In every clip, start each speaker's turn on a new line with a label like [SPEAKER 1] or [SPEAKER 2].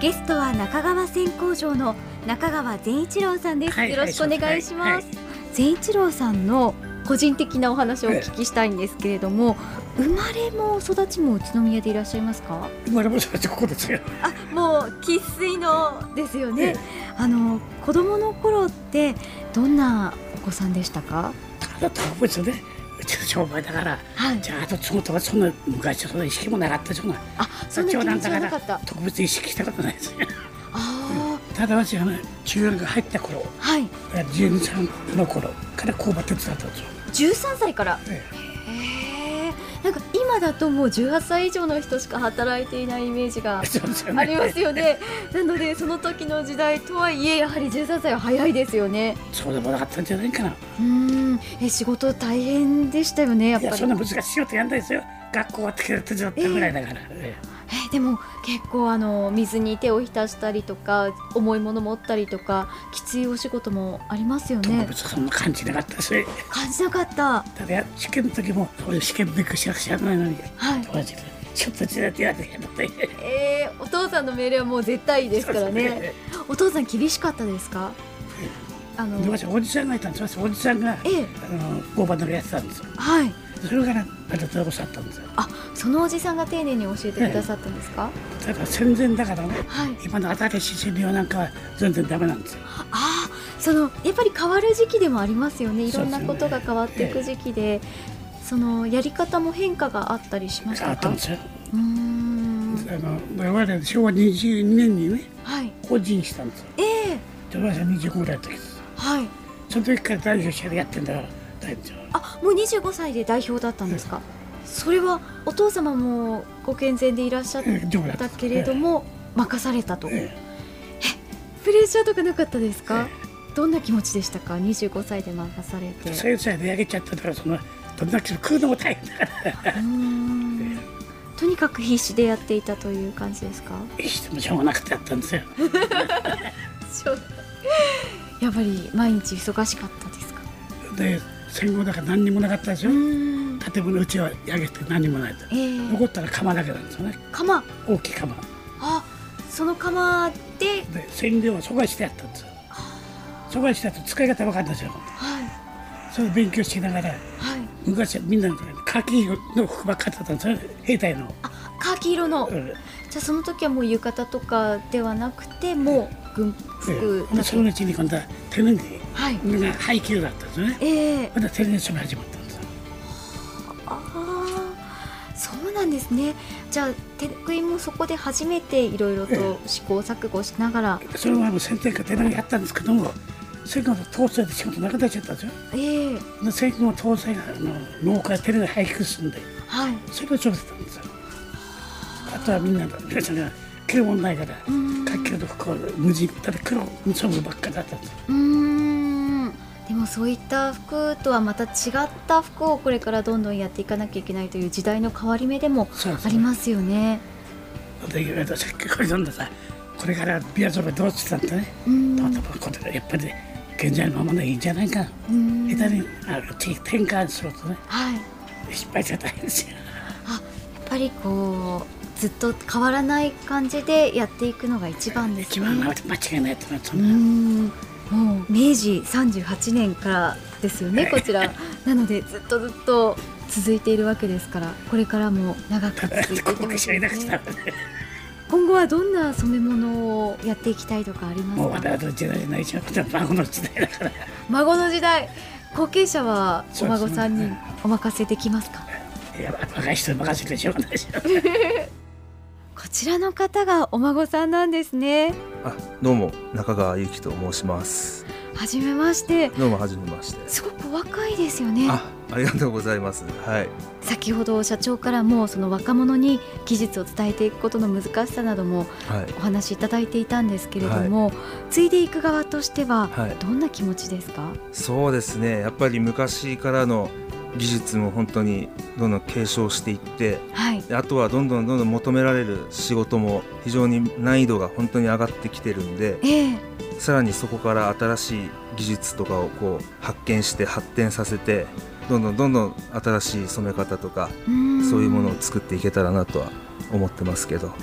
[SPEAKER 1] ゲストは中川線工場の中川善一郎さんです、
[SPEAKER 2] はい
[SPEAKER 1] よろしくお願いし
[SPEAKER 2] は
[SPEAKER 1] ま
[SPEAKER 2] い
[SPEAKER 1] す、善一郎さんの個人的なお話をお聞きしたいんですけれども生まれも育ちも宇都宮でいらっしゃいますか
[SPEAKER 2] 生まれも育ちここですよ。
[SPEAKER 1] あもう生粋のですよね、あの子供の頃ってどんなお子さんでしたか
[SPEAKER 2] ただ多分ですよね。うちの商売だから、
[SPEAKER 1] はい
[SPEAKER 2] じゃあと仕事はそんな昔はそんな意識もなかったような
[SPEAKER 1] あそんな気持ちはなかったあ
[SPEAKER 2] 特別意識したことないですね。
[SPEAKER 1] あ
[SPEAKER 2] ただ私あの中学入った頃、
[SPEAKER 1] ーはい
[SPEAKER 2] 12歳の頃から工場手伝ったんですよ。
[SPEAKER 1] 13歳から
[SPEAKER 2] ええ
[SPEAKER 1] へーなんか今だともう18歳以上の人しか働いていないイメージが
[SPEAKER 2] そうですよね
[SPEAKER 1] ありますよね。なのでその時の時代とはいえやはり13歳は早いですよね。
[SPEAKER 2] そうでもなかったんじゃないかな。
[SPEAKER 1] うーんえ仕事大変でしたよねやっ
[SPEAKER 2] い
[SPEAKER 1] ぱ
[SPEAKER 2] や、
[SPEAKER 1] り。
[SPEAKER 2] そんな難しい仕事やんないですよ。学校は手伝ってちょったぐらいだから。ええ
[SPEAKER 1] えでも結構あの水に手を浸したりとか重いもの持ったりとかきついお仕事もありますよ
[SPEAKER 2] 特
[SPEAKER 1] ね。
[SPEAKER 2] 別そんな感じなかったし、
[SPEAKER 1] 感じなかった。
[SPEAKER 2] ただ試験の時も、そういう試験勉強しなくちゃならないのに、
[SPEAKER 1] はい。
[SPEAKER 2] マジでちょっと手伝ってやってやって。
[SPEAKER 1] えーお父さんの命令はもう絶対ですから
[SPEAKER 2] そう
[SPEAKER 1] ね。。お父さん厳しかったですか？あの
[SPEAKER 2] で私おじさんがいたんですよ私おじさんが
[SPEAKER 1] ええ
[SPEAKER 2] あの交番のやってたんですよ
[SPEAKER 1] はい。
[SPEAKER 2] それからあれどうしたったんですよ
[SPEAKER 1] あ、そのおじさんが丁寧に教えてくださったんですか。
[SPEAKER 2] だから戦前だからね
[SPEAKER 1] はい。
[SPEAKER 2] 今の新しい診療なんかは全然ダメなんですよ
[SPEAKER 1] ああ、そのやっぱり変わる時期でもありますよね。いろんな
[SPEAKER 2] そうです
[SPEAKER 1] こ
[SPEAKER 2] ね
[SPEAKER 1] とが変わっていく時期で、そのやり方も変化があったりしまし
[SPEAKER 2] あ
[SPEAKER 1] た
[SPEAKER 2] った
[SPEAKER 1] か。
[SPEAKER 2] ん
[SPEAKER 1] う
[SPEAKER 2] ですよ
[SPEAKER 1] ーん。
[SPEAKER 2] あの我々昭和22年にね
[SPEAKER 1] はい。
[SPEAKER 2] 法人したんですよ
[SPEAKER 1] ええ
[SPEAKER 2] で私は25ぐらいの時です
[SPEAKER 1] はい。
[SPEAKER 2] その時から代表者でやってんだから大丈夫
[SPEAKER 1] あ、もう25歳で代表だったんですか。それはお父様もご健全でいらっしゃっ
[SPEAKER 2] ええ丈夫だった
[SPEAKER 1] たけれども任されたと。
[SPEAKER 2] え
[SPEAKER 1] プレッシャーとかなかったですか
[SPEAKER 2] え。
[SPEAKER 1] どんな気持ちでしたか。25歳で任されて。
[SPEAKER 2] えそういう際でやげちゃったからそのどんだけ食うのも大変だから
[SPEAKER 1] うーんとにかく必死でやっていたという感じですか
[SPEAKER 2] いい人もしょうがなくてやったんですよ
[SPEAKER 1] やっぱり毎日忙しかったですか
[SPEAKER 2] で戦後だから何にもなかったです
[SPEAKER 1] う
[SPEAKER 2] よ
[SPEAKER 1] ーん
[SPEAKER 2] 建物うちは焼けて何もないと
[SPEAKER 1] えー、
[SPEAKER 2] 残ったら釜だけなんですよね
[SPEAKER 1] 釜
[SPEAKER 2] 大きい釜
[SPEAKER 1] あその釜で
[SPEAKER 2] で染料は疎外してやったんですよ疎外してやると使い方分かるんですよ
[SPEAKER 1] はい
[SPEAKER 2] それを勉強しながら
[SPEAKER 1] はい
[SPEAKER 2] 昔はみんなのカキの服ばっかりだったんですよ兵隊の、
[SPEAKER 1] あカーキ色の、
[SPEAKER 2] うん
[SPEAKER 1] じゃあその時はもう浴衣とかではなくてもう軍服
[SPEAKER 2] で
[SPEAKER 1] だ
[SPEAKER 2] そ
[SPEAKER 1] け、
[SPEAKER 2] のうちに今度は手ぬぐい
[SPEAKER 1] はい
[SPEAKER 2] みんな配給だったんですよね
[SPEAKER 1] ええ
[SPEAKER 2] また手ぬぐい染め始まったんですよ
[SPEAKER 1] ああそうなんですねじゃあ手食いもそこで初めていろいろと試行錯誤しながら、
[SPEAKER 2] でその前も先天下手ぬぐいやったんですけども戦後の統制で仕事なくなっちゃったんですよ
[SPEAKER 1] ええ
[SPEAKER 2] で戦後の統制があの農家や手ぬぐい配給するんで
[SPEAKER 1] はい
[SPEAKER 2] それを調べてたんですよ。あとはみんなの皆さんが着るもんないから、
[SPEAKER 1] うん
[SPEAKER 2] 各家の服は無地ただ黒無装具ばっかりだったんですよ。
[SPEAKER 1] うーんでもそういった服とはまた違った服をこれからどんどんやっていかなきゃいけないという時代の変わり目でも
[SPEAKER 2] そうです
[SPEAKER 1] ありますよね。
[SPEAKER 2] で私さっきこれ飲んでさこれからビアゾメどうしてたんだね。
[SPEAKER 1] うーん
[SPEAKER 2] あとこれやっぱり現在のままでいいんじゃないか。
[SPEAKER 1] うーん
[SPEAKER 2] 下手にあのち転換するとね
[SPEAKER 1] はい、や
[SPEAKER 2] 失敗しちゃ大変ですよ。
[SPEAKER 1] っぱりこうずっと変わらない感じでやっていくのが一番です
[SPEAKER 2] 一
[SPEAKER 1] ね。
[SPEAKER 2] 番間違いないと思
[SPEAKER 1] うー
[SPEAKER 2] うん
[SPEAKER 1] もう明治38年からですよね
[SPEAKER 2] はい
[SPEAKER 1] こちらなのでずっとずっと続いているわけですからこれからも長く続いていって
[SPEAKER 2] 後
[SPEAKER 1] ほ
[SPEAKER 2] 継
[SPEAKER 1] し
[SPEAKER 2] 者
[SPEAKER 1] い
[SPEAKER 2] いな
[SPEAKER 1] で
[SPEAKER 2] く
[SPEAKER 1] す
[SPEAKER 2] ち
[SPEAKER 1] ね
[SPEAKER 2] ゃダメだよ
[SPEAKER 1] 今後はどんな染め物をやっていきたいとかあります
[SPEAKER 2] もう
[SPEAKER 1] か
[SPEAKER 2] まだ時代じゃないじゃん孫の時代だから
[SPEAKER 1] 孫の時代後継者はお孫さん
[SPEAKER 2] そう
[SPEAKER 1] に
[SPEAKER 2] です
[SPEAKER 1] お任せできますか
[SPEAKER 2] いや若い人に任せてしょうがないでしょ
[SPEAKER 1] こちらの方がお孫さんなんですね
[SPEAKER 3] あどうも中川ゆきと申します
[SPEAKER 1] はじめまして
[SPEAKER 3] どうもはじめまして
[SPEAKER 1] すごくお若いですよね
[SPEAKER 3] あありがとうございますはい
[SPEAKER 1] 先ほど社長からもその若者に技術を伝えていくことの難しさなども
[SPEAKER 3] はい
[SPEAKER 1] お話しいただいていたんですけれども、継いでいく側としては
[SPEAKER 3] はい
[SPEAKER 1] どんな気持ちですか、
[SPEAKER 3] そうですねやっぱり昔からの技術も本当にどんどん継承していって
[SPEAKER 1] はい
[SPEAKER 3] であとはどんどんどんどん求められる仕事も非常に難易度が本当に上がってきてるんで
[SPEAKER 1] ええ
[SPEAKER 3] さらにそこから新しい技術とかをこう発見して発展させてどんどんどんどん新しい染め方とか
[SPEAKER 1] ーん
[SPEAKER 3] そういうものを作っていけたらなとは思ってますけどはい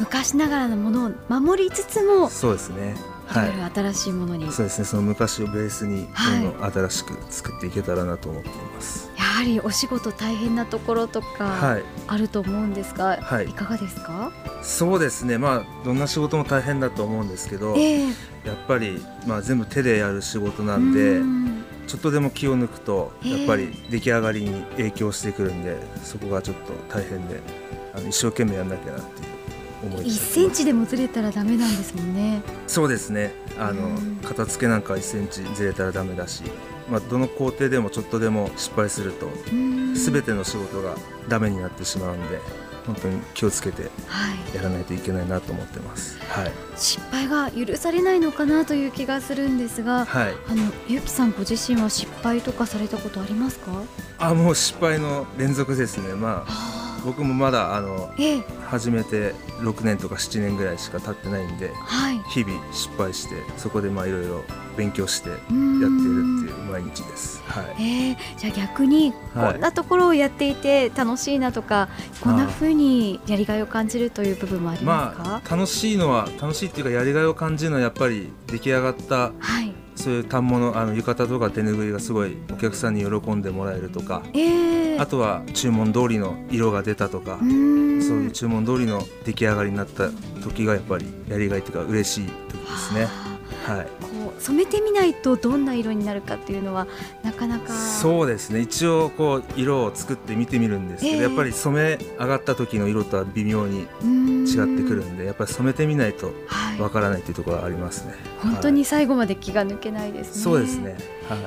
[SPEAKER 1] 昔ながらのものを守りつつも
[SPEAKER 3] そうですね
[SPEAKER 1] いろ
[SPEAKER 3] はい
[SPEAKER 1] いろ新しいものに、
[SPEAKER 3] そうですねその昔をベースに
[SPEAKER 1] はい
[SPEAKER 3] どんどん新しく作っていけたらなと思っています
[SPEAKER 1] やはりお仕事大変なところとか
[SPEAKER 3] はい
[SPEAKER 1] あると思うんですが、
[SPEAKER 3] はい
[SPEAKER 1] い、かがですか、
[SPEAKER 3] そうですねまあどんな仕事も大変だと思うんですけど、
[SPEAKER 1] ええ
[SPEAKER 3] やっぱり、まあ、全部手でやる仕事なんで、
[SPEAKER 1] うん
[SPEAKER 3] ちょっとでも気を抜くと
[SPEAKER 1] ええ
[SPEAKER 3] やっぱり出来上がりに影響してくるんでそこがちょっと大変であの一生懸命やんなきゃなっていう思いで
[SPEAKER 1] 1センチでもずれたらダメなんですもんね。
[SPEAKER 3] そうですねあの、
[SPEAKER 1] うん
[SPEAKER 3] 片付けなんか1センチずれたらダメだし、まあ、どの工程でもちょっとでも失敗すると
[SPEAKER 1] うん
[SPEAKER 3] 全ての仕事がダメになってしまうんで本当に気をつけて
[SPEAKER 1] はい、
[SPEAKER 3] やらないといけないなと思ってますはい
[SPEAKER 1] 失敗が許されないのかなという気がするんですが、
[SPEAKER 3] はい
[SPEAKER 1] あのゆきさんご自身は失敗とかされたことありますか？
[SPEAKER 3] あもう失敗の連続ですねまあ僕もまだあの
[SPEAKER 1] ええ、
[SPEAKER 3] 始めて6年とか7年ぐらいしか経ってないんで
[SPEAKER 1] はい。や
[SPEAKER 3] 日々失敗してそこでまあいろいろ勉強してやっているっていう毎日ですはい
[SPEAKER 1] えー、じゃあ逆に
[SPEAKER 3] はい
[SPEAKER 1] こんなところをやっていて楽しいなとか、こんな風にやりがいを感じるという部分もありますか、
[SPEAKER 3] まあ楽しいのは楽しいっていうかやりがいを感じるのはやっぱり出来上がった
[SPEAKER 1] はい
[SPEAKER 3] そういう反物あの浴衣とか手ぬぐいがすごいお客さんに喜んでもらえるとか
[SPEAKER 1] えー、
[SPEAKER 3] あとは注文通りの色が出たとか
[SPEAKER 1] うーん
[SPEAKER 3] そういう注文通りの出来上がりになった時がやっぱりやりがいというか嬉しい時ですね
[SPEAKER 1] あ
[SPEAKER 3] は
[SPEAKER 1] ー
[SPEAKER 3] い
[SPEAKER 1] こう染めてみないとどんな色になるかっていうのはなかなか
[SPEAKER 3] そうですね一応こう色を作って見てみるんですけど、
[SPEAKER 1] ええ
[SPEAKER 3] やっぱり染め上がった時の色とは微妙に
[SPEAKER 1] うーん
[SPEAKER 3] 違ってくるんでやっぱり染めてみないと
[SPEAKER 1] はい
[SPEAKER 3] わからないっていうところはありますね
[SPEAKER 1] 本当に最後まで気が抜けないですね。
[SPEAKER 3] そうですねはい、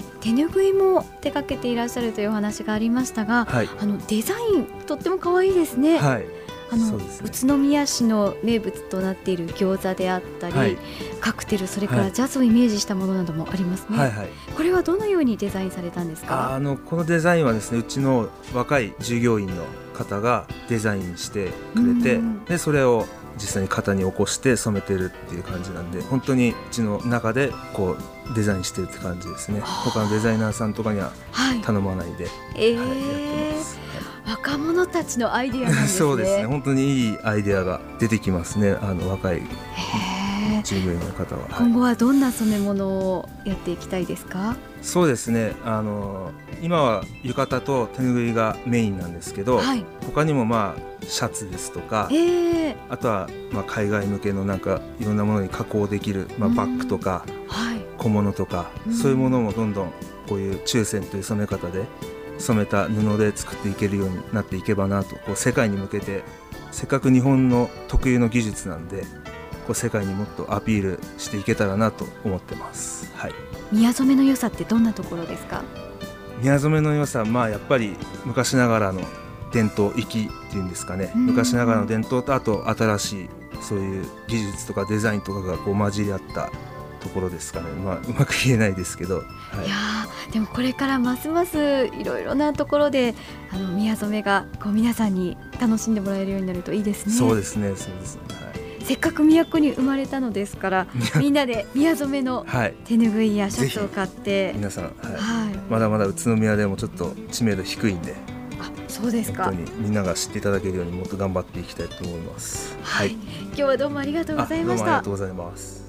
[SPEAKER 1] え手ぬぐいも手掛けていらっしゃるというお話がありましたが、
[SPEAKER 3] はい
[SPEAKER 1] あのデザインとっても可愛いですね。
[SPEAKER 3] はい、
[SPEAKER 1] あの
[SPEAKER 3] そうですね
[SPEAKER 1] 宇都宮市の名物となっている餃子であったり、
[SPEAKER 3] はい
[SPEAKER 1] カクテルそれから
[SPEAKER 3] はい
[SPEAKER 1] ジャズをイメージしたものなどもありますね、
[SPEAKER 3] はいはい
[SPEAKER 1] これはどのようにデザインされたんです
[SPEAKER 3] あ
[SPEAKER 1] か
[SPEAKER 3] のこのデザインはですねうちの若い従業員の方がデザインしてくれて
[SPEAKER 1] うん
[SPEAKER 3] でそれを実際に型に起こして染めてるっていう感じなんで本当にうちの中でこうデザインしてるって感じですね他のデザイナーさんとかには
[SPEAKER 1] はい、
[SPEAKER 3] 頼まないで、
[SPEAKER 1] えー
[SPEAKER 3] はい、やってます、は
[SPEAKER 1] 若者たちのアイディアな
[SPEAKER 3] い
[SPEAKER 1] んですね
[SPEAKER 3] そうですね本当にいいアイデアが出てきますねあの若い
[SPEAKER 1] へー
[SPEAKER 3] 従業員の方は、はい
[SPEAKER 1] 今後はどんな染め物をやっていきたいですか
[SPEAKER 3] そうですねあの今は浴衣と手ぬぐいがメインなんですけど、
[SPEAKER 1] はい
[SPEAKER 3] 他にもまあシャツですとか
[SPEAKER 1] えー、
[SPEAKER 3] あとはまあ海外向けのなんかいろんなものに加工できる、まあ、
[SPEAKER 1] うん
[SPEAKER 3] バッグとか
[SPEAKER 1] はい
[SPEAKER 3] 小物とか、
[SPEAKER 1] うん
[SPEAKER 3] そういうものもどんどんこういう中線という染め方で染めた布で作っていけるようになっていけばなとこう世界に向けてせっかく日本の特有の技術なんでこう世界にもっとアピールしていけたらなと思ってます。はい
[SPEAKER 1] 宮染めの良さってどんなところですか
[SPEAKER 3] 宮染めの良さまあやっぱり昔ながらの伝統域っていうんですかね、
[SPEAKER 1] うん
[SPEAKER 3] 昔ながらの伝統とあと新しいそういう技術とかデザインとかがこう混じり合ったところですかねまあうまく言えないですけど、はい
[SPEAKER 1] いやーでもこれからますますいろいろなところであの宮染めがこう皆さんに楽しんでもらえるようになるといいですね
[SPEAKER 3] そうですねそうですね
[SPEAKER 1] せっかく都に生まれたのですからみんなで宮染めの
[SPEAKER 3] はい、はい、
[SPEAKER 1] 手ぬぐいやシャツを買って
[SPEAKER 3] 皆さん、はい
[SPEAKER 1] はい
[SPEAKER 3] まだまだ宇都宮でもちょっと知名度低いんで
[SPEAKER 1] あそうですか
[SPEAKER 3] 本当にみんなが知っていただけるようにもっと頑張っていきたいと思います
[SPEAKER 1] はい、今日はどうもありがとうご
[SPEAKER 3] あ
[SPEAKER 1] ざ
[SPEAKER 3] ど
[SPEAKER 1] いうまし
[SPEAKER 3] もあり
[SPEAKER 1] た
[SPEAKER 3] がとうございます